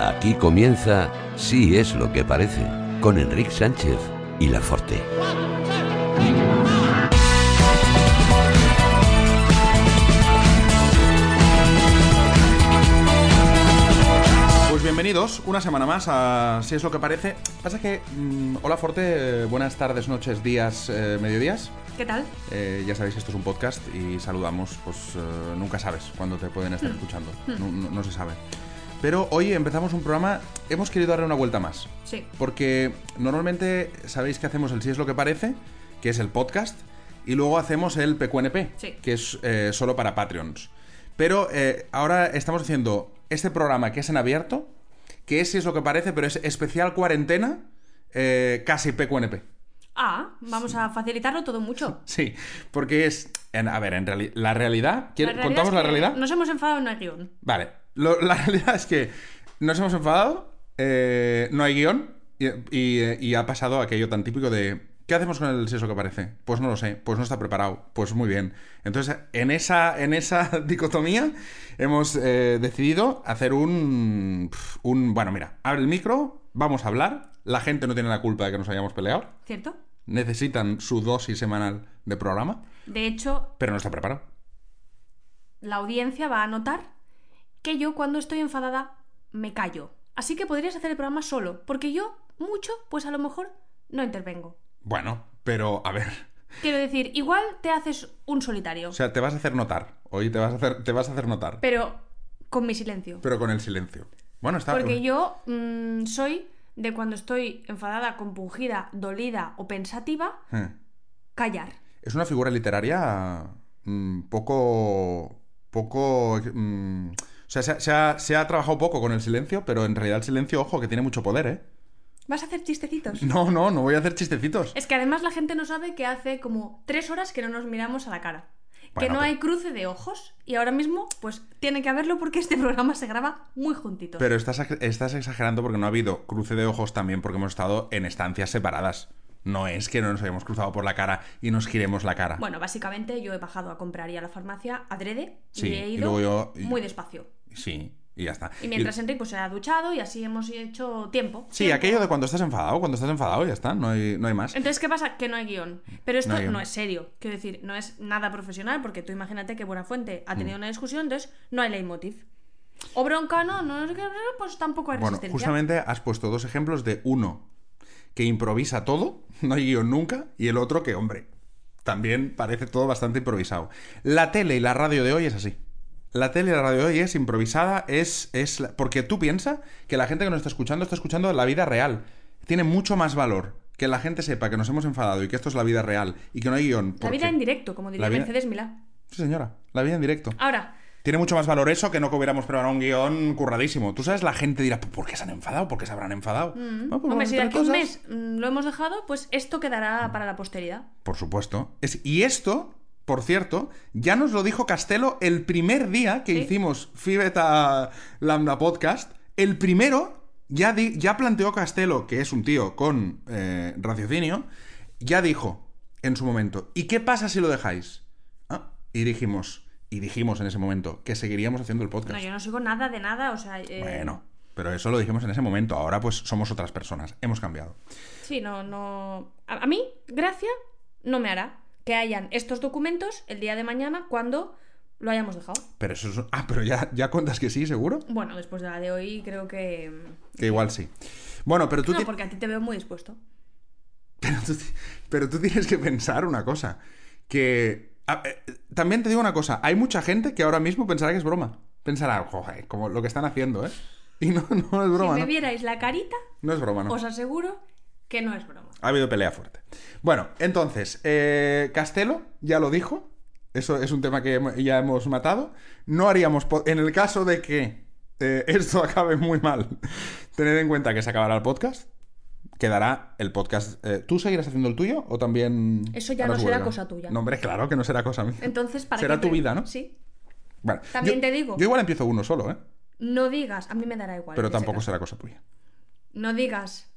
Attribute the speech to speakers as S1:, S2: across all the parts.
S1: Aquí comienza Sí es lo que parece, con Enrique Sánchez y La Forte.
S2: Pues bienvenidos una semana más a Si es lo que parece. Pasa que, mm, hola Forte, eh, buenas tardes, noches, días, eh, mediodías.
S3: ¿Qué tal?
S2: Eh, ya sabéis que esto es un podcast y saludamos, pues eh, nunca sabes cuándo te pueden estar escuchando, no, no- no se sabe. Pero hoy empezamos un programa, hemos querido darle una vuelta más,
S3: Sí.
S2: porque normalmente sabéis que hacemos el Si es lo que parece, que es el podcast, y luego hacemos el PQNP,
S3: Sí.
S2: que es eh, solo para Patreons. Pero eh, ahora estamos haciendo este programa que es en abierto, que es Si es lo que parece, pero es especial cuarentena, eh, casi PQNP.
S3: Ah, vamos a facilitarlo todo mucho.
S2: Sí, porque es. en- a ver, en reali- la realidad. ¿quiere-
S3: realidad
S2: ¿Contamos
S3: es
S2: la
S3: que
S2: realidad?
S3: Nos hemos enfadado en el guión.
S2: Vale. lo- la realidad es que nos hemos enfadado, eh, no hay guión, y, y, eh, y ha pasado aquello tan típico de. ¿Qué hacemos con el sexo que aparece? Pues no lo sé, pues no está preparado, pues muy bien. Entonces, en esa, en esa dicotomía hemos eh, decidido hacer un, un... Bueno, mira, abre el micro, vamos a hablar, la gente no tiene la culpa de que nos hayamos peleado,
S3: ¿Cierto?
S2: necesitan su dosis semanal de programa.
S3: De hecho,
S2: Pero no está preparado.
S3: la audiencia va a notar que yo cuando estoy enfadada me callo. Así que podrías hacer el programa solo, porque yo mucho, pues a lo mejor no intervengo.
S2: Bueno, pero a ver.
S3: Quiero decir, igual te haces un solitario,
S2: O sea, te vas a hacer notar. Hoy te vas a hacer, te vas a hacer notar.
S3: pero con mi silencio.
S2: Pero con el silencio. Bueno, está.
S3: Porque yo mm, soy de cuando estoy enfadada, compungida, dolida o pensativa,
S2: Eh.
S3: callar.
S2: Es una figura literaria mm, poco. poco. mm, o sea, se ha, se ha- se ha trabajado poco con el silencio, pero en realidad el silencio, ojo, que tiene mucho poder, ¿eh?
S3: ¿Vas a hacer chistecitos?
S2: No, no, no voy a hacer chistecitos.
S3: Es que además la gente no sabe que hace como tres horas que no nos miramos a la cara. que
S2: Bueno,
S3: no
S2: pero-
S3: hay cruce de ojos y ahora mismo pues tiene que haberlo porque este programa se graba muy juntitos.
S2: Pero estás, estás exagerando porque no ha habido cruce de ojos también porque hemos estado en estancias separadas. No es que no nos hayamos cruzado por la cara y nos giremos la cara.
S3: Bueno, básicamente yo he bajado a comprar y a la farmacia adrede
S2: Sí,
S3: y he
S2: y
S3: ido
S2: luego yo- y-
S3: muy despacio.
S2: Sí, y ya está.
S3: Y mientras Enrique pues se ha duchado y así hemos hecho tiempo.
S2: Sí,
S3: Tiempo.
S2: aquello de cuando estás enfadado, cuando estás enfadado, ya está, no hay, no hay más.
S3: Entonces, ¿qué pasa? Que no hay guión. Pero esto
S2: No
S3: no,
S2: hay guión.
S3: es serio. Quiero decir, no es nada profesional, porque tú imagínate que Buenafuente ha
S2: Mm.
S3: tenido una discusión, entonces no hay leitmotiv. O bronca, no, no, no, pues tampoco hay
S2: Bueno,
S3: resistencia.
S2: justamente has puesto dos ejemplos de uno que improvisa todo, no hay guión nunca, y el otro que, hombre, también parece todo bastante improvisado. La tele y la radio de hoy es así. La tele y la radio de hoy es improvisada, es... es la- Porque tú piensas que la gente que nos está escuchando está escuchando la vida real. Tiene mucho más valor que la gente sepa que nos hemos enfadado y que esto es la vida real y que no hay guión.
S3: La
S2: porque-
S3: vida en directo, como diría
S2: La vida-
S3: Mercedes Milá.
S2: Sí, señora, la vida en directo.
S3: Ahora,
S2: Tiene mucho más valor eso que no que hubiéramos preparado un guión curradísimo. Tú sabes, la gente dirá, "Pues, ¿por qué se han enfadado? ¿Por qué se habrán enfadado? Bueno, pues
S3: Mm. hombre,
S2: vamos
S3: si
S2: a
S3: de
S2: hacer
S3: aquí a un
S2: cosas.
S3: mes mm, lo hemos dejado, pues esto quedará para la posteridad.
S2: Por supuesto. Es- y esto, por cierto, ya nos lo dijo Castelo el primer día que
S3: Sí.
S2: hicimos Phi Beta Lambda Podcast. El primero ya, di- ya planteó Castelo, que es un tío con eh, raciocinio, ya dijo en su momento, ¿y qué pasa si lo dejáis? Ah, y dijimos, y dijimos en ese momento que seguiríamos haciendo el podcast.
S3: No, yo no sigo nada de nada, o sea... eh,
S2: Bueno, pero eso lo dijimos en ese momento. Ahora pues somos otras personas. Hemos cambiado.
S3: Sí, no, no... A, a mí, gracia, no me hará que hayan estos documentos el día de mañana cuando lo hayamos dejado.
S2: Pero eso es... Ah, pero ya, ya cuentas que sí, seguro.
S3: Bueno, después de la de hoy creo que... mm,
S2: Que igual sí. Bueno, pero tú,
S3: No,
S2: ti-
S3: porque a ti te veo muy dispuesto.
S2: pero, tú ti- pero tú tienes que pensar una cosa. Que... a- eh, también te digo una cosa. Hay mucha gente que ahora mismo pensará que es broma. Pensará, joder, como lo que están haciendo, ¿eh? Y no, no es broma,
S3: si me
S2: ¿no?
S3: vierais la carita,
S2: No es broma, ¿no?
S3: os aseguro que no es broma.
S2: Ha habido pelea fuerte. Bueno, entonces, eh, Castelo ya lo dijo. Eso es un tema que hem- ya hemos matado. No haríamos. po- En el caso de que eh, esto acabe muy mal, tened en cuenta que se acabará el podcast. Quedará el podcast. eh, ¿Tú seguirás haciendo el tuyo o también.?
S3: Eso ya
S2: harás
S3: no será
S2: huelga?
S3: cosa tuya.
S2: No, hombre, claro que no será cosa mía.
S3: Entonces, para
S2: Será
S3: qué
S2: tu
S3: te-
S2: vida, ¿no?
S3: Sí.
S2: Bueno,
S3: También
S2: yo-
S3: te digo.
S2: Yo igual empiezo uno solo, ¿eh?
S3: No digas, a mí me dará igual.
S2: Pero
S3: en ese
S2: tampoco
S3: caso.
S2: será cosa tuya.
S3: No digas.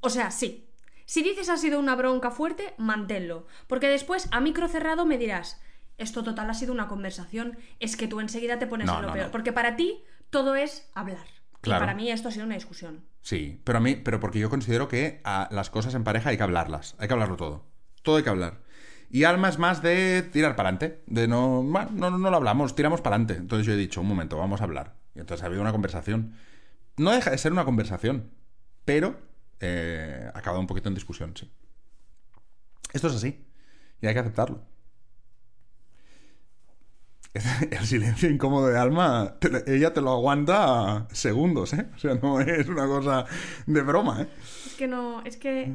S3: O sea, sí. Si dices ha sido una bronca fuerte, manténlo. Porque después, a micro cerrado, me dirás, esto total ha sido una conversación, es que tú enseguida te pones
S2: No,
S3: en lo
S2: no,
S3: peor.
S2: no.
S3: Porque para ti, todo es hablar.
S2: Claro.
S3: Y para mí esto ha sido una discusión.
S2: Sí, pero a mí, pero porque yo considero que a las cosas en pareja hay que hablarlas, hay que hablarlo todo. Todo hay que hablar. Y Alma es más de tirar para adelante, de no, bueno, no, no lo hablamos, tiramos para adelante. Entonces yo he dicho, un momento, vamos a hablar. Y entonces ha habido una conversación. No deja de ser una conversación, pero eh, ha acabado un poquito en discusión, sí. Esto es así, y hay que aceptarlo. El silencio incómodo de Alma, te lo- ella te lo aguanta segundos, ¿eh? O sea, no es una cosa de broma, ¿eh?
S3: Es que no, es
S2: Mm.
S3: que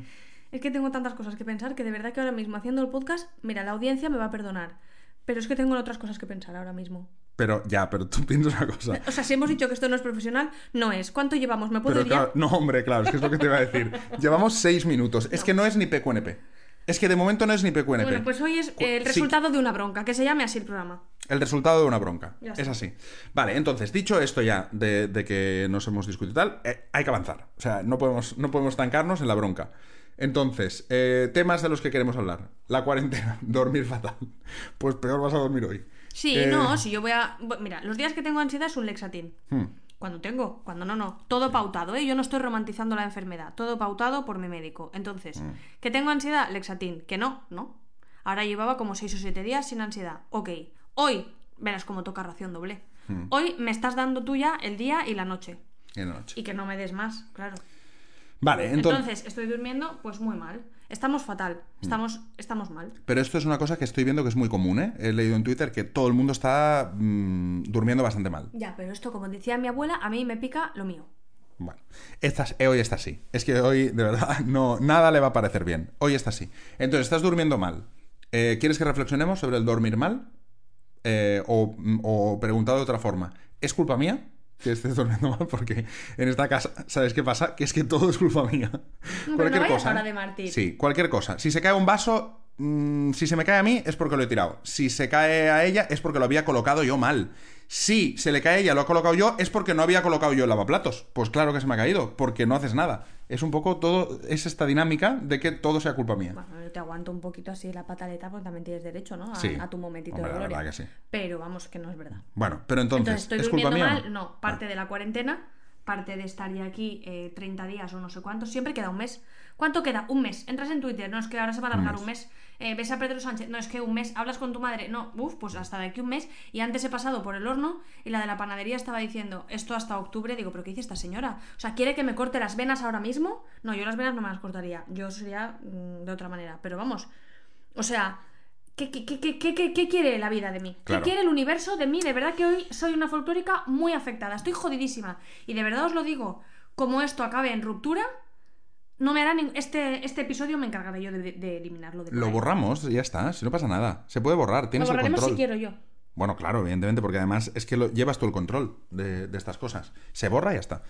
S3: es que tengo tantas cosas que pensar que de verdad que ahora mismo haciendo el podcast, mira, la audiencia me va a perdonar, pero es que tengo otras cosas que pensar ahora mismo.
S2: Pero ya, pero tú piensas una cosa.
S3: O sea, si hemos dicho que esto no es profesional, no es. ¿Cuánto llevamos? ¿Me puedo
S2: Pero
S3: ir ya?
S2: claro, no, hombre, claro, es que es lo que te iba a decir. Llevamos seis minutos. Es que no es ni PQNP. Es que de momento no es ni PQNP.
S3: Bueno, pues hoy es
S2: Cu-
S3: eh, el
S2: sí.
S3: resultado de una bronca, que se llame así el programa.
S2: El resultado de una bronca.
S3: Ya
S2: Es
S3: está.
S2: así. Vale, entonces, dicho esto ya de, de que nos hemos discutido y tal, eh, hay que avanzar. O sea, no podemos, no podemos tancarnos en la bronca. Entonces, eh, temas de los que queremos hablar. La cuarentena, dormir fatal. Pues peor vas a dormir hoy.
S3: Sí,
S2: Eh,
S3: no, si yo voy a... bu- Mira, los días que tengo ansiedad es un Lexatin.
S2: hmm,
S3: Cuando tengo, cuando no, no. Todo pautado, ¿eh? Yo no estoy romantizando la enfermedad. Todo pautado por mi médico. Entonces,
S2: Hmm.
S3: ¿que tengo ansiedad? Lexatín. ¿Que no? No. Ahora llevaba como 6 o 7 días sin ansiedad. Ok. Hoy, verás cómo toca ración doble.
S2: Hmm.
S3: Hoy me estás dando tú ya el día y la noche.
S2: en la noche.
S3: Y que no me des más, claro.
S2: Vale, entonces... Hmm.
S3: Entonces, estoy durmiendo, pues muy mal. Estamos fatal. Estamos, estamos mal.
S2: Pero esto es una cosa que estoy viendo que es muy común, ¿eh? He leído en Twitter que todo el mundo está mm, durmiendo bastante mal.
S3: Ya, pero esto, como decía mi abuela, a mí me pica lo mío.
S2: Bueno, estas- eh, hoy está así. Es que hoy, de verdad, no, nada le va a parecer bien. Hoy está así. Entonces, estás durmiendo mal. Eh, ¿Quieres que reflexionemos sobre el dormir mal? Eh, o, mm, o preguntado de otra forma, ¿es culpa mía? Que estés durmiendo mal, porque en esta casa, ¿sabes qué pasa? Que es que todo es culpa mía. ¿eh?
S3: no vayas ahora de mártir.
S2: Sí, cualquier cosa. Si se cae un vaso, mm, si se me cae a mí, es porque lo he tirado. Si se cae a ella, es porque lo había colocado yo mal. Si se le cae a ella, lo ha colocado yo, es porque no había colocado yo el lavaplatos. Pues claro que se me ha caído, porque no haces nada. Es un poco todo, es esta dinámica de que todo sea culpa mía.
S3: Bueno, yo te aguanto un poquito así la pataleta porque también tienes derecho, ¿no? A,
S2: Sí.
S3: a tu momentito
S2: Hombre,
S3: de
S2: la
S3: gloria.
S2: verdad que sí.
S3: Pero vamos, que no es verdad.
S2: Bueno, pero entonces,
S3: Entonces, estoy
S2: ¿es culpa
S3: durmiendo
S2: mía? Ah.
S3: mal, no, parte de la cuarentena, parte de estar ya aquí eh, 30 días o no sé cuánto, siempre queda un mes. ¿Cuánto queda? Un mes. Entras en Twitter, no, es que ahora se va a alargar un mes. Eh, ves a Pedro Sánchez, no, es que un mes. Hablas con tu madre, no, uff, pues hasta de aquí un mes. Y antes he pasado por el horno y la de la panadería estaba diciendo, esto hasta octubre. Digo, ¿pero qué dice esta señora? O sea, ¿quiere que me corte las venas ahora mismo? No, yo las venas no me las cortaría. Yo sería mm, de otra manera. Pero vamos, o sea, ¿qué, qué, qué- qué- qué- qué- qué quiere la vida de mí?
S2: Claro.
S3: ¿Qué quiere el universo de mí? De verdad que hoy soy una folclórica muy afectada, estoy jodidísima. Y de verdad os lo digo, como esto acabe en ruptura, no me hará nin- este, este episodio me encargaré yo de, de eliminarlo. De por
S2: Lo
S3: ahí.
S2: borramos, ya está, si no pasa nada. Se puede borrar,
S3: Lo
S2: tienes el
S3: borraremos
S2: control.
S3: si quiero yo.
S2: Bueno, claro, evidentemente, porque además es que lo, llevas tú el control de, de estas cosas. Se borra y ya está.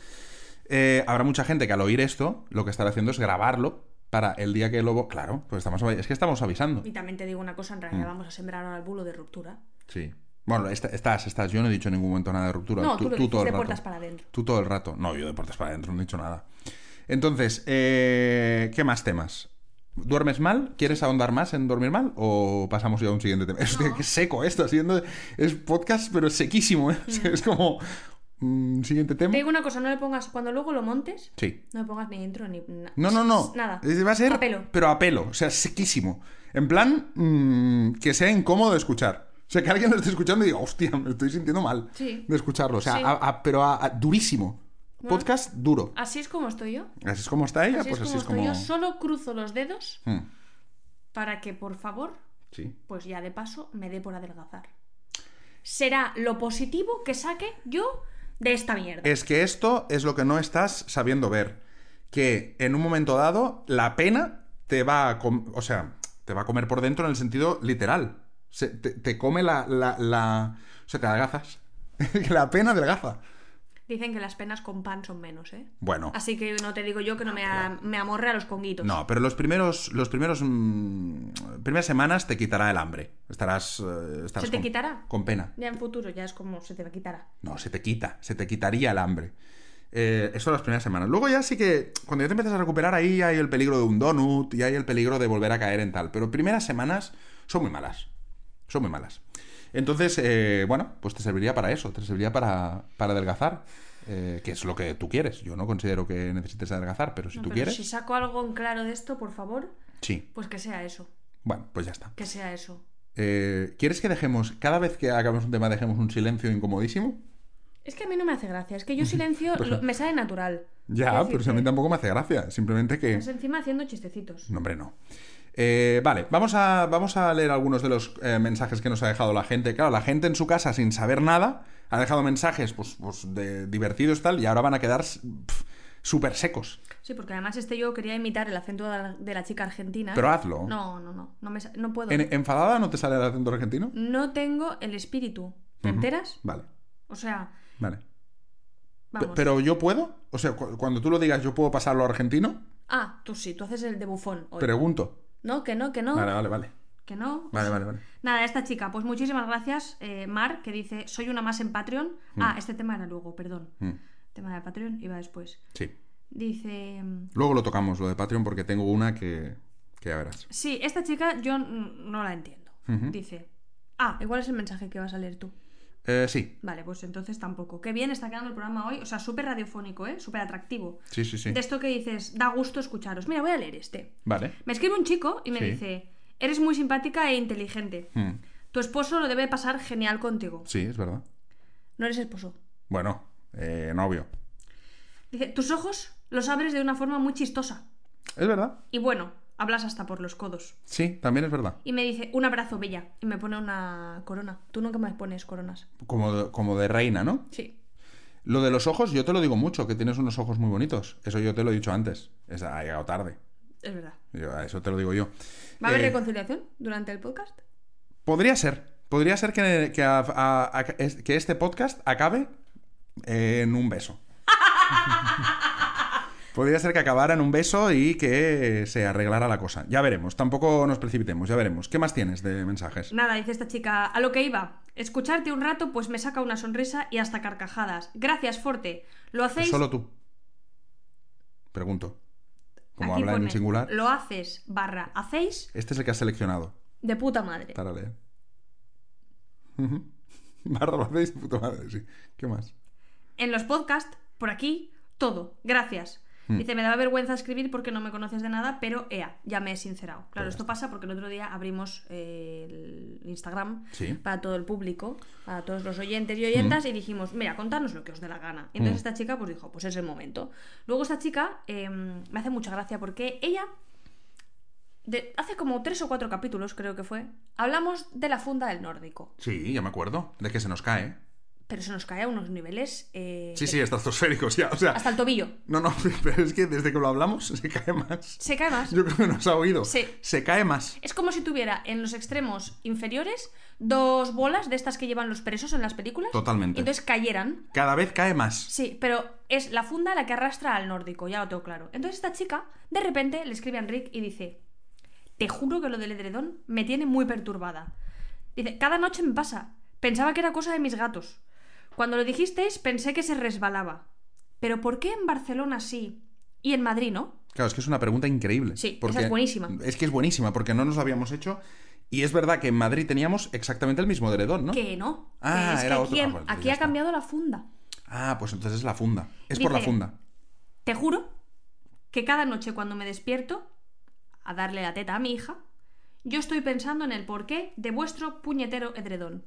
S2: Eh, habrá mucha gente que al oír esto, lo que estará haciendo es grabarlo para el día que lo... bo- Claro, pues estamos, avi- es que estamos avisando.
S3: Y también te digo una cosa, en realidad
S2: Mm.
S3: vamos a sembrar ahora el bulo de ruptura.
S2: Sí. Bueno, est- estás, estás. Yo no he dicho en ningún momento nada de ruptura.
S3: No, tú, lo dices
S2: todo el
S3: de
S2: rato.
S3: puertas para adentro.
S2: Tú todo el rato. No, yo de puertas para adentro no he dicho nada. Entonces, eh, ¿qué más temas? ¿Duermes mal? ¿Quieres ahondar más en dormir mal? ¿O pasamos ya a un siguiente tema? Hostia, qué seco esto. Haciendo, es podcast, pero sequísimo. ¿eh? O sea, Es como. mm, siguiente tema.
S3: Te digo una cosa, no le pongas, cuando luego lo montes,
S2: Sí.
S3: no le pongas ni intro ni na-
S2: No, no, no.
S3: Nada.
S2: Eh, Va a ser.
S3: A pelo.
S2: Pero a pelo. O sea, sequísimo. En plan, mm, que sea incómodo de escuchar. O sea, que alguien lo esté escuchando y diga, hostia, me estoy sintiendo mal
S3: Sí.
S2: de escucharlo. O sea,
S3: Sí.
S2: a- a- pero a- a- durísimo. Podcast duro.
S3: Así es como estoy yo.
S2: Así es como está ella,
S3: Así
S2: pues
S3: es
S2: así es como.
S3: como estoy yo. Solo cruzo los dedos
S2: Mm,
S3: para que por favor,
S2: sí.
S3: pues ya de paso, me dé por adelgazar. Será lo positivo que saque yo de esta mierda.
S2: Es que esto es lo que no estás sabiendo ver. Que en un momento dado, la pena te va a com- O sea, te va a comer por dentro en el sentido literal. Se- te, te come la, la, la- O sea, te adelgazas. la pena adelgaza.
S3: Dicen que las penas con pan son menos, ¿eh?
S2: Bueno.
S3: Así que no te digo yo que no me, a- me amorre a los conguitos.
S2: No, pero los primeros. Los primeros. mm, primeras semanas te quitará el hambre. Estarás. eh, estarás
S3: ¿Se te
S2: con-
S3: quitará?
S2: Con pena.
S3: Ya en futuro ya es como se te quitará.
S2: No, se te quita, se te quitaría el hambre. Eh, eso las primeras semanas. Luego ya sí que, cuando ya te empiezas a recuperar, ahí ya hay el peligro de un donut y hay el peligro de volver a caer en tal. Pero primeras semanas son muy malas. Son muy malas. Entonces, eh, bueno, pues te serviría para eso, te serviría para, para adelgazar. eh, que es lo que tú quieres. Yo no considero que necesites adelgazar, pero si
S3: No,
S2: tú
S3: pero
S2: quieres,
S3: si saco algo en claro de esto, por favor,
S2: sí.
S3: pues que sea eso.
S2: Bueno, pues ya está.
S3: Que sea eso.
S2: Eh, ¿Quieres que dejemos, cada vez que hagamos un tema, dejemos un silencio incomodísimo?
S3: Es que a mí no me hace gracia, es que yo silencio lo- me sale natural.
S2: Pues Ya,
S3: Quiero
S2: pero si
S3: decirte,
S2: a mí Mm. tampoco me hace gracia. Simplemente que.
S3: estás encima haciendo chistecitos.
S2: No, hombre, no. Eh, vale, vamos a, vamos a leer algunos de los eh, mensajes que nos ha dejado la gente. Claro, la gente en su casa sin saber nada ha dejado mensajes pues, pues, de divertidos tal y ahora van a quedar pf, súper secos.
S3: Sí, porque además este yo quería imitar el acento de la, de la chica argentina.
S2: Pero hazlo.
S3: Ah, No, no, no, no, me sa- no puedo.
S2: ¿En- ¿Enfadada no te sale el acento argentino?
S3: No tengo el espíritu. ¿Te enteras?
S2: Vale,
S3: O sea,
S2: vale. Pe-
S3: vamos.
S2: Pero yo puedo, o sea, cu- cuando tú lo digas yo puedo pasarlo a argentino,
S3: Ah, tú sí, tú haces el de bufón hoy.
S2: pregunto.
S3: No, que no, que no,
S2: Vale, vale, vale.
S3: que no.
S2: Vale, vale, vale.
S3: Nada, esta chica, pues muchísimas gracias, eh, Mar, que dice, soy una más en Patreon. Ah, este tema era luego, perdón.
S2: Mm,
S3: Tema de Patreon iba después.
S2: Sí.
S3: Dice, mm,
S2: Luego lo tocamos, lo de Patreon, porque tengo una que, que ya verás.
S3: sí, esta chica yo mm, no la entiendo. Dice, ah, igual es el mensaje que vas a leer tú.
S2: Eh, sí,
S3: Vale, pues entonces tampoco. Qué bien está quedando el programa hoy, o sea, súper radiofónico, ¿eh? Súper atractivo.
S2: sí, sí, sí.
S3: De esto que dices, da gusto escucharos. Mira, voy a leer este.
S2: Vale.
S3: Me escribe un chico y me
S2: Sí.
S3: dice, eres muy simpática e inteligente.
S2: Mm,
S3: Tu esposo lo debe pasar genial contigo.
S2: Sí, es verdad.
S3: No eres esposo.
S2: Bueno, eh, novio.
S3: Dice, tus ojos los abres de una forma muy chistosa.
S2: Es verdad.
S3: Y bueno, hablas hasta por los codos.
S2: Sí, también es verdad.
S3: Y me dice, un abrazo, bella. Y me pone una corona. Tú nunca me pones coronas.
S2: Como de, como de reina, ¿no?
S3: Sí.
S2: Lo de los ojos, yo te lo digo mucho, que tienes unos ojos muy bonitos. Eso yo te lo he dicho antes. Es, ha llegado tarde.
S3: Es verdad.
S2: Yo- a eso te lo digo yo.
S3: ¿Va a haber
S2: Eh,
S3: reconciliación durante el podcast?
S2: podría ser. Podría ser que, que a- a- a- es- que este podcast acabe en un beso. podría ser que acabara en un beso y que se arreglara la cosa. Ya veremos. Tampoco nos precipitemos. Ya veremos. ¿Qué más tienes de mensajes?
S3: Nada, dice esta chica, a lo que iba. Escucharte un rato, pues me saca una sonrisa y hasta carcajadas. Gracias, Forte. Lo hacéis.
S2: Solo tú. Pregunto. Como
S3: Aquí
S2: habla en
S3: pone,
S2: singular.
S3: Lo haces, barra, hacéis
S2: Este es el que has seleccionado
S3: de puta madre.
S2: para leer. Ujú. Barra lo hacéis, puta madre, sí. ¿Qué más?
S3: En los podcasts, por aquí, todo. Gracias.
S2: Hmm.
S3: Dice, me daba vergüenza escribir porque no me conoces de nada, pero ea, ya me he sincerado.
S2: Pues
S3: Claro, esto pasa porque el otro día abrimos eh, el Instagram
S2: Sí.
S3: para todo el público, para todos los oyentes y oyentas,
S2: Hmm.
S3: y dijimos, mira, contadnos lo que os dé la gana. Entonces esta chica pues dijo, pues es el momento. Luego esta chica eh, me hace mucha gracia porque ella, de- hace como tres o cuatro capítulos creo que fue, hablamos de la funda del nórdico,
S2: Sí, ya me acuerdo. De que se nos cae.
S3: pero se nos cae a unos niveles... eh,
S2: Sí,
S3: que-
S2: sí, estratosféricos ya. O sea,
S3: Hasta el tobillo.
S2: no, no, pero es que desde que lo hablamos se cae más.
S3: Se cae más.
S2: Yo creo que nos ha oído.
S3: Sí.
S2: Se cae más.
S3: Es como si tuviera en los extremos inferiores dos bolas de estas que llevan los presos en las películas.
S2: Totalmente.
S3: Y entonces cayeran.
S2: Cada vez cae más.
S3: Sí, pero es la funda la que arrastra al nórdico, ya lo tengo claro. Entonces esta chica, de repente, le escribe a Enric y dice, te juro que lo del edredón me tiene muy perturbada. Dice, cada noche me pasa. Pensaba que era cosa de mis gatos. Cuando lo dijisteis pensé que se resbalaba. Pero ¿por qué en Barcelona sí y en Madrid no?
S2: Claro, es que es una pregunta increíble.
S3: Sí, esa es buenísima.
S2: Es que es buenísima, porque no nos la habíamos hecho. Y es verdad que en Madrid teníamos exactamente el mismo edredón, ¿no?
S3: Que no. que
S2: Ah,
S3: es que
S2: era
S3: aquí,
S2: otro.
S3: en-
S2: Ah, bueno, entonces
S3: aquí
S2: ya
S3: ha
S2: está.
S3: cambiado la funda.
S2: Ah, pues entonces es la funda. Es por la
S3: Dice-
S2: funda.
S3: Te juro que cada noche cuando me despierto a darle la teta a mi hija, yo estoy pensando en el porqué de vuestro puñetero edredón.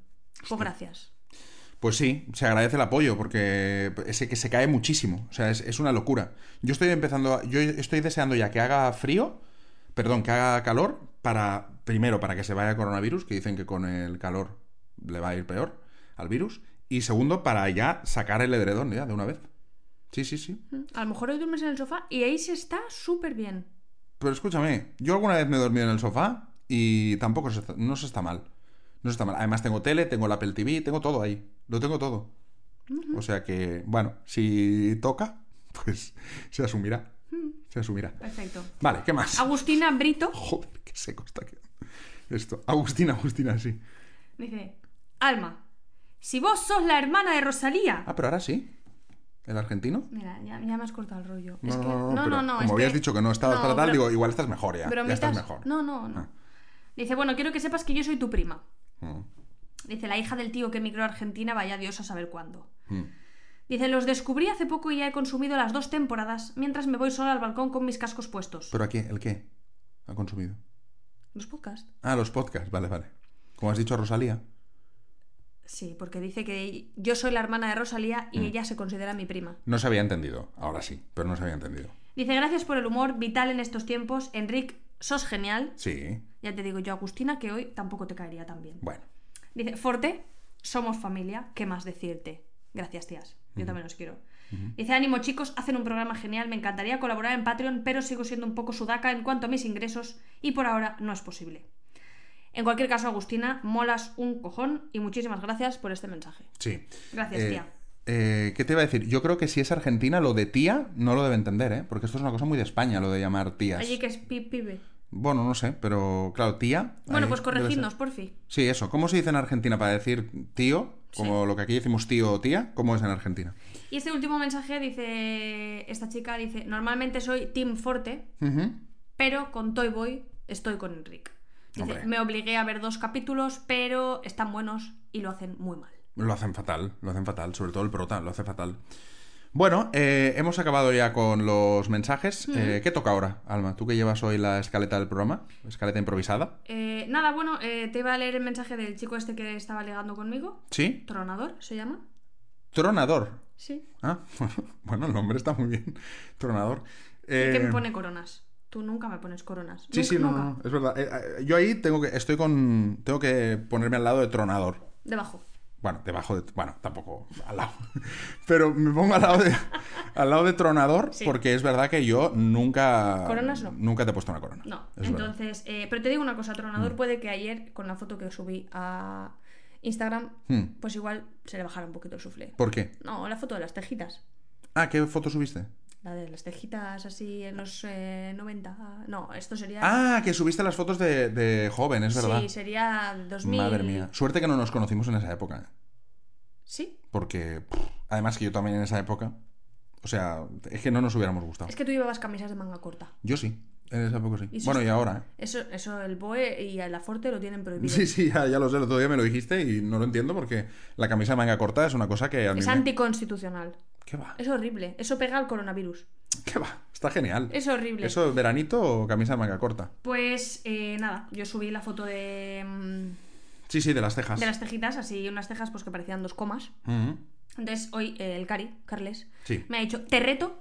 S3: Pues gracias.
S2: Pues sí, se agradece el apoyo porque ese que se cae muchísimo, o sea, es, es una locura. Yo estoy empezando, a- yo estoy deseando ya que haga frío, perdón, que haga calor para primero para que se vaya el coronavirus, que dicen que con el calor le va a ir peor al virus, y segundo para ya sacar el edredón ya de una vez. Sí, sí, sí.
S3: Mm, A lo mejor hoy duermes en el sofá y ahí se está súper bien.
S2: Pero escúchame, yo alguna vez me he dormido en el sofá y tampoco se, está- no se está mal. No se está mal. Además tengo tele, tengo el Apple TV, tengo todo ahí. Lo tengo todo. O sea que, bueno, si toca, pues se asumirá.
S3: Mm.
S2: Se asumirá.
S3: Perfecto.
S2: Vale, ¿qué más?
S3: Agustina Brito
S2: Joder, qué seco está quedando. Esto. Agustina, Agustina, sí.
S3: dice, Alma, si vos sos la hermana de Rosalía...
S2: Ah, pero ahora sí. ¿El argentino?
S3: Mira, ya, ya me has cortado el rollo.
S2: No,
S3: Es que-
S2: no, no, no, pero
S3: es
S2: Como habías
S3: que-
S2: dicho que no estabas
S3: No,
S2: para tal,
S3: bro-
S2: digo, igual estás mejor ya. Ya estás
S3: bromitas-
S2: mejor.
S3: No, no, no.
S2: Ah.
S3: Dice, bueno, quiero que sepas que yo soy tu prima.
S2: Mm,
S3: Dice, la hija del tío que emigró a Argentina, vaya Dios a saber cuándo.
S2: mm.
S3: Dice, los descubrí hace poco y ya he consumido las dos temporadas mientras me voy sola al balcón con mis cascos puestos.
S2: ¿Pero aquí el qué? Ha consumido.
S3: ¿Los podcasts?
S2: Ah, los podcasts, vale, vale. Como has dicho a Rosalía.
S3: Sí, porque dice que yo soy la hermana de Rosalía y ella se considera mi prima.
S2: No se había entendido, ahora sí, pero no se había entendido.
S3: Dice, gracias por el humor, vital en estos tiempos. Enric, sos genial.
S2: Sí,
S3: Ya te digo yo, Agustina, que hoy tampoco te caería tan bien.
S2: bueno.
S3: Dice, Forte, somos familia, ¿qué más decirte? Gracias, tías. Yo también os quiero. Dice, ánimo chicos, hacen un programa genial, me encantaría colaborar en Patreon, pero sigo siendo un poco sudaca en cuanto a mis ingresos y por ahora no es posible. En cualquier caso, Agustina, molas un cojón y muchísimas gracias por este mensaje.
S2: Sí.
S3: Gracias,
S2: Eh,
S3: tía.
S2: eh, ¿Qué te iba a decir? Yo creo que si es argentina, lo de tía no lo debe entender, ¿eh? Porque esto es una cosa muy de España, lo de llamar tías.
S3: Allí que es pi- pibe.
S2: Bueno, no sé, pero claro, tía.
S3: Bueno,
S2: ahí
S3: pues
S2: debe
S3: corregidnos,
S2: ser.
S3: porfi.
S2: Sí, eso. ¿Cómo se dice en Argentina para decir tío? Como lo que aquí decimos tío o tía, ¿cómo es en Argentina?
S3: Y este último mensaje dice, esta chica dice, normalmente soy Team Forte,
S2: Ujú.
S3: pero con Toy Boy estoy con Enric. Dice,
S2: Hombre.
S3: me obligué a ver dos capítulos, pero están buenos y lo hacen muy mal.
S2: Lo hacen fatal, lo hacen fatal, sobre todo el prota, lo hace fatal. Bueno, eh, hemos acabado ya con los mensajes. Eh, ¿Qué toca ahora, Alma? ¿Tú que llevas hoy la escaleta del programa? ¿Escaleta improvisada?
S3: Eh, nada, bueno, eh, te iba a leer el mensaje del chico este que estaba ligando conmigo.
S2: ¿Sí?
S3: Tronador, ¿se llama?
S2: Tronador.
S3: Sí.
S2: Ah, bueno, el nombre está muy bien. Tronador.
S3: Que
S2: Eh,
S3: me pone coronas. Tú nunca me pones coronas.
S2: Sí,
S3: Nunca,
S2: sí, no,
S3: nunca.
S2: no, no, es verdad. Eh, eh, yo ahí tengo que, estoy con, tengo que ponerme al lado de Tronador.
S3: Debajo.
S2: Bueno, debajo de, bueno, tampoco al lado, pero me pongo al lado de, al lado de Tronador
S3: Sí.
S2: porque es verdad que yo nunca,
S3: Coronas no.
S2: nunca te he puesto una corona.
S3: No,
S2: Es verdad. Mm.
S3: entonces, eh, pero te digo una cosa, Tronador puede que ayer, con la foto que subí a Instagram,
S2: Hmm.
S3: pues igual se le bajara un poquito el sufle.
S2: ¿Por qué?
S3: No, la foto de las tejitas.
S2: Ah, ¿qué foto subiste?
S3: La de las tejitas así en los eh, 90. No, esto sería.
S2: Ah, que subiste las fotos de, de joven, es verdad.
S3: sí, sería 2000.
S2: Madre mía, suerte que no nos conocimos en esa época. ¿eh?
S3: Sí,
S2: Porque, pff, además que yo también en esa época, o sea, es que no nos hubiéramos gustado.
S3: es que tú llevabas camisas de manga corta.
S2: Yo sí, en esa época sí.
S3: ¿Y eso
S2: bueno, y
S3: está-
S2: ahora, ¿eh?
S3: Eso, eso el BOE y la Forte lo tienen prohibido.
S2: Sí, sí, ya, ya lo sé, el otro día me lo dijiste y no lo entiendo porque la camisa de manga corta es una cosa que a mí
S3: Es
S2: me-
S3: anticonstitucional.
S2: ¿Qué va?
S3: Es horrible. Eso pega al coronavirus.
S2: ¿Qué va? Está genial.
S3: Es horrible.
S2: Eso, veranito o camisa de manga corta.
S3: Pues eh, nada, yo subí la foto de, mm,
S2: Sí, sí, de las cejas. Mm.
S3: de las tejitas, así unas cejas pues que parecían dos comas.
S2: Ujú.
S3: Entonces hoy eh, el Cari, Carles,
S2: Sí.
S3: me ha dicho, te reto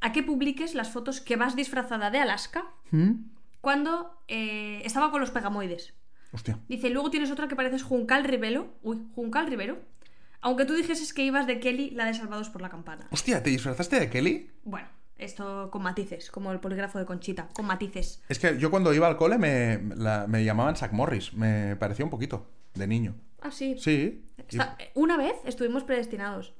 S3: a que publiques las fotos que vas disfrazada de Alaska
S2: ¿Mm?
S3: cuando eh, estaba con los pegamoides.
S2: Hostia.
S3: Dice, luego tienes otra que pareces Juncal Rivero. Uy, Juncal Rivero. Aunque tú dijeses que ibas de Kelly, la de Salvados por la Campana.
S2: Hostia, ¿te disfrazaste de Kelly?
S3: Bueno, esto con matices, como el polígrafo de Conchita, con matices.
S2: Es que yo cuando iba al cole me, la- me llamaban Zack Morris. Me parecía un poquito, de niño.
S3: Ah, sí.
S2: Sí.
S3: Está- eh, Una vez estuvimos predestinados.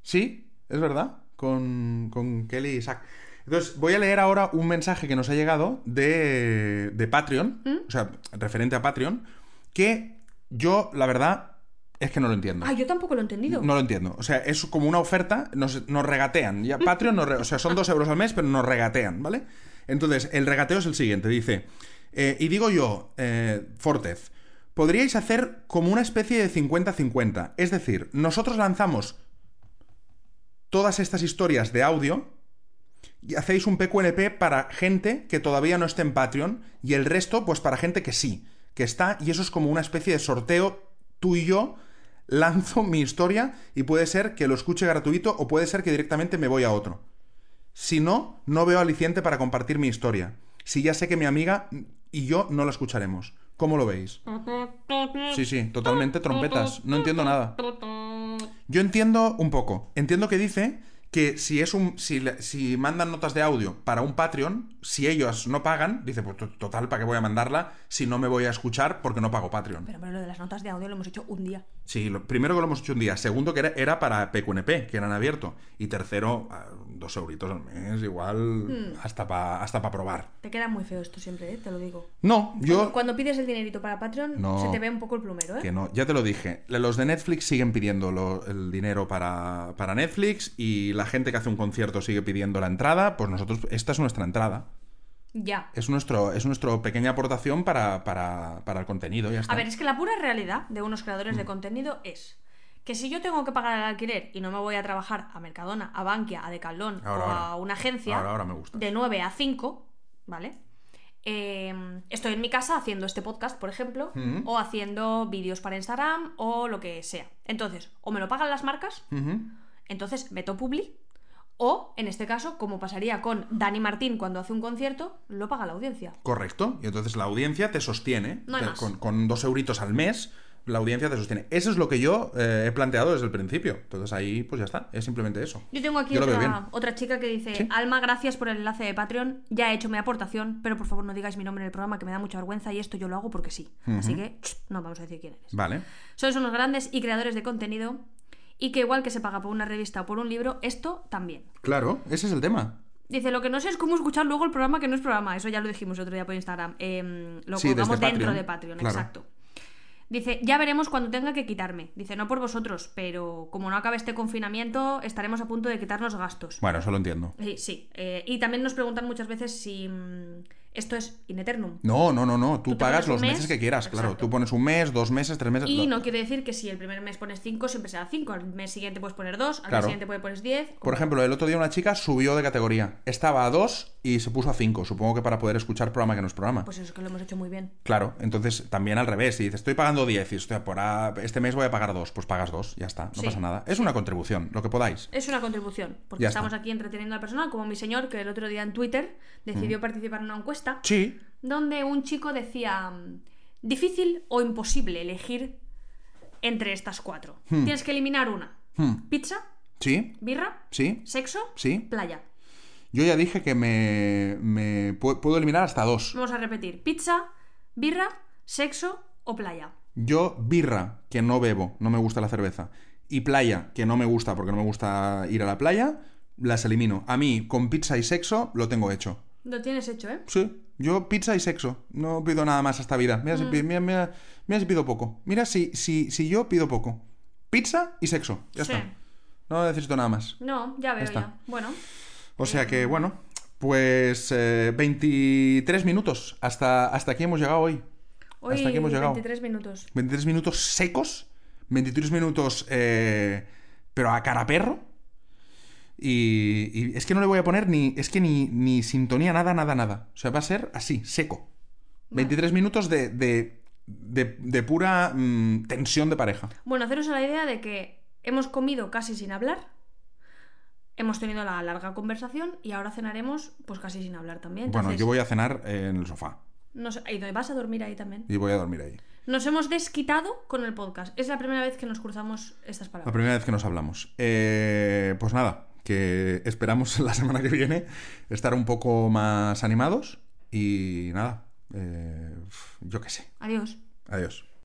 S2: Sí, es verdad, con, con Kelly y Isaac. Entonces, voy a leer ahora un mensaje que nos ha llegado de, de Patreon,
S3: ¿Mm?
S2: o sea, referente a Patreon, que yo, la verdad, es que no lo entiendo.
S3: Ah, yo tampoco lo he entendido.
S2: No lo entiendo. O sea, es como una oferta, nos, nos regatean. Ya, Patreon, nos re- o sea, son dos euros al mes, pero nos regatean, ¿vale? Entonces, el regateo es el siguiente. Dice, eh, y digo yo, eh, Fortez, podríais hacer como una especie de 50-50. Es decir, nosotros lanzamos todas estas historias de audio y hacéis un PQNP para gente que todavía no esté en Patreon y el resto pues para gente que sí, que está y eso es como una especie de sorteo tú y yo lanzo mi historia y puede ser que lo escuche gratuito o puede ser que directamente me voy a otro. Si no, no veo aliciente para compartir mi historia. Si ya sé que mi amiga y yo no la escucharemos. ¿Cómo lo veis? Sí, sí, totalmente trompetas. No entiendo nada. Yo entiendo un poco. Entiendo que dice que si es un si, le- si mandan notas de audio para un Patreon, si ellos no pagan, dice, pues to- total, ¿para qué voy a mandarla si no me voy a escuchar porque no pago Patreon?
S3: Pero hombre, lo de las notas de audio lo hemos hecho un día.
S2: Sí, lo, primero que lo hemos hecho un día, segundo que era, era para PQNP, que eran abierto, y tercero, ah, dos euritos al mes, igual, hasta para hasta pa probar.
S3: Te queda muy feo esto siempre, ¿eh? te lo digo.
S2: No, yo...
S3: Cuando- Cuando pides el dinerito para Patreon,
S2: No.
S3: se te ve un poco el plumero, ¿eh?
S2: Que no, ya te lo dije. Los de Netflix siguen pidiendo lo- el dinero para, para Netflix y la gente que hace un concierto sigue pidiendo la entrada. Pues nosotros, esta es nuestra entrada.
S3: Ya.
S2: Es nuestro, es nuestra pequeña aportación para, para, para el contenido. Ya está.
S3: A ver, es que la pura realidad de unos creadores de contenido es Que si yo tengo que pagar el alquiler y no me voy a trabajar a Mercadona, a Bankia, a Decathlon
S2: Ahora,
S3: o
S2: ahora.
S3: a una agencia
S2: Ahora, ahora me gusta.
S3: de 9 a 5, ¿vale? Eh, estoy en mi casa haciendo este podcast, por ejemplo,
S2: Ujú.
S3: o haciendo vídeos para Instagram o lo que sea. Entonces, o me lo pagan las marcas,
S2: Ujú.
S3: entonces meto Publi, o en este caso, como pasaría con Dani Martín cuando hace un concierto, lo paga la audiencia.
S2: Correcto. Y entonces la audiencia te sostiene.
S3: No hay
S2: Te-
S3: más.
S2: con, con dos euritos al mes, la audiencia te sostiene. Eso es lo que yo eh, he planteado desde el principio. Entonces ahí, pues ya está. Es simplemente eso.
S3: Yo tengo aquí
S2: Yo lo veo bien.
S3: otra, otra chica que dice,
S2: Sí.
S3: Alma, gracias por el enlace de Patreon, ya he hecho mi aportación, pero por favor no digáis mi nombre en el programa que me da mucha vergüenza y esto yo lo hago porque sí. Así que ch, no vamos a decir quién eres.
S2: Vale.
S3: Sois unos grandes y creadores de contenido y que igual que se paga por una revista o por un libro, esto también.
S2: Claro, ese es el tema.
S3: Dice, lo que no sé es cómo escuchar luego el programa que no es programa. Eso ya lo dijimos otro día por Instagram. Em, lo
S2: Sí,
S3: colgamos
S2: desde
S3: dentro
S2: Patreon.
S3: de Patreon,
S2: Claro.
S3: exacto. Dice, ya veremos cuando tenga que quitarme. Dice, no por vosotros, pero como no acabe este confinamiento, estaremos a punto de quitarnos gastos.
S2: Bueno, eso lo entiendo.
S3: Sí, sí. Eh, y también nos preguntan muchas veces si mm, esto es in eternum.
S2: No, no, no, no. Tú,
S3: Tú te
S2: pagas
S3: pones un
S2: los meses
S3: mes.
S2: que quieras, claro.
S3: Exacto.
S2: Tú pones un mes, dos meses, tres meses.
S3: Y
S2: lo-
S3: no quiere decir que si el primer mes pones 5, siempre será 5. Al mes siguiente puedes poner 2, al mes
S2: Claro.
S3: siguiente puedes poner 10.
S2: Por ejemplo, el otro día una chica subió de categoría. Estaba a dos y se puso a cinco. Supongo que para poder escuchar programa que no es programa.
S3: Pues eso es que lo hemos hecho muy bien.
S2: Claro, entonces también al revés. Si dices, estoy pagando 10 y estoy por a- este mes voy a pagar 2, pues pagas 2, ya está, no
S3: Sí.
S2: pasa nada. Es una contribución, lo que podáis.
S3: Es una contribución, porque
S2: Ya está.
S3: estamos aquí entreteniendo al personal, como mi señor, que el otro día en Twitter decidió participar en una encuesta
S2: Sí,
S3: donde un chico decía, mm, difícil o imposible elegir entre estas cuatro. Tienes que eliminar una.
S2: Hmm.
S3: Pizza,
S2: sí,
S3: birra,
S2: sí,
S3: sexo,
S2: sí.
S3: playa.
S2: Yo ya dije que me, me pu- puedo eliminar hasta 2.
S3: Vamos a repetir, pizza, birra, sexo o playa.
S2: Yo birra, que no bebo, no me gusta la cerveza, y playa, que no me gusta porque no me gusta ir a la playa, las elimino. A mí, con pizza y sexo, lo tengo hecho.
S3: Lo tienes hecho, ¿eh?
S2: Sí, yo pizza y sexo. No pido nada más a esta vida. Mira, si, pi- mira, mira- mira si pido poco. Mira si, si, si yo pido poco. Pizza y sexo. Ya
S3: Sí.
S2: está. No necesito nada más.
S3: No, ya veo
S2: está.
S3: ya. Bueno,
S2: O sea que, bueno, pues eh, 23 minutos. Hasta, hasta aquí hemos llegado hoy.
S3: hoy
S2: Hasta aquí hemos llegado.
S3: 23 minutos.
S2: 23 minutos secos. 23 minutos, eh, pero a cara perro. Y, y es que no le voy a poner ni, es que ni, ni sintonía, nada, nada, nada. O sea, va a ser así, seco. 23 minutos de, de, de- de pura mm, tensión de pareja.
S3: Bueno, haceros a la idea de que hemos comido casi sin hablar, hemos tenido la larga conversación y ahora cenaremos pues casi sin hablar también.
S2: bueno,
S3: Entonces,
S2: yo voy a cenar eh, en el sofá
S3: nos- ¿y dónde vas a dormir ahí también?
S2: y voy a dormir ahí.
S3: Nos hemos desquitado con el podcast. Es la primera vez que nos cruzamos estas
S2: La
S3: palabras.
S2: primera vez que nos hablamos. Eh, pues nada, que esperamos la semana que viene estar un poco más animados y nada, eh, yo qué sé.
S3: Adiós.
S2: Adiós.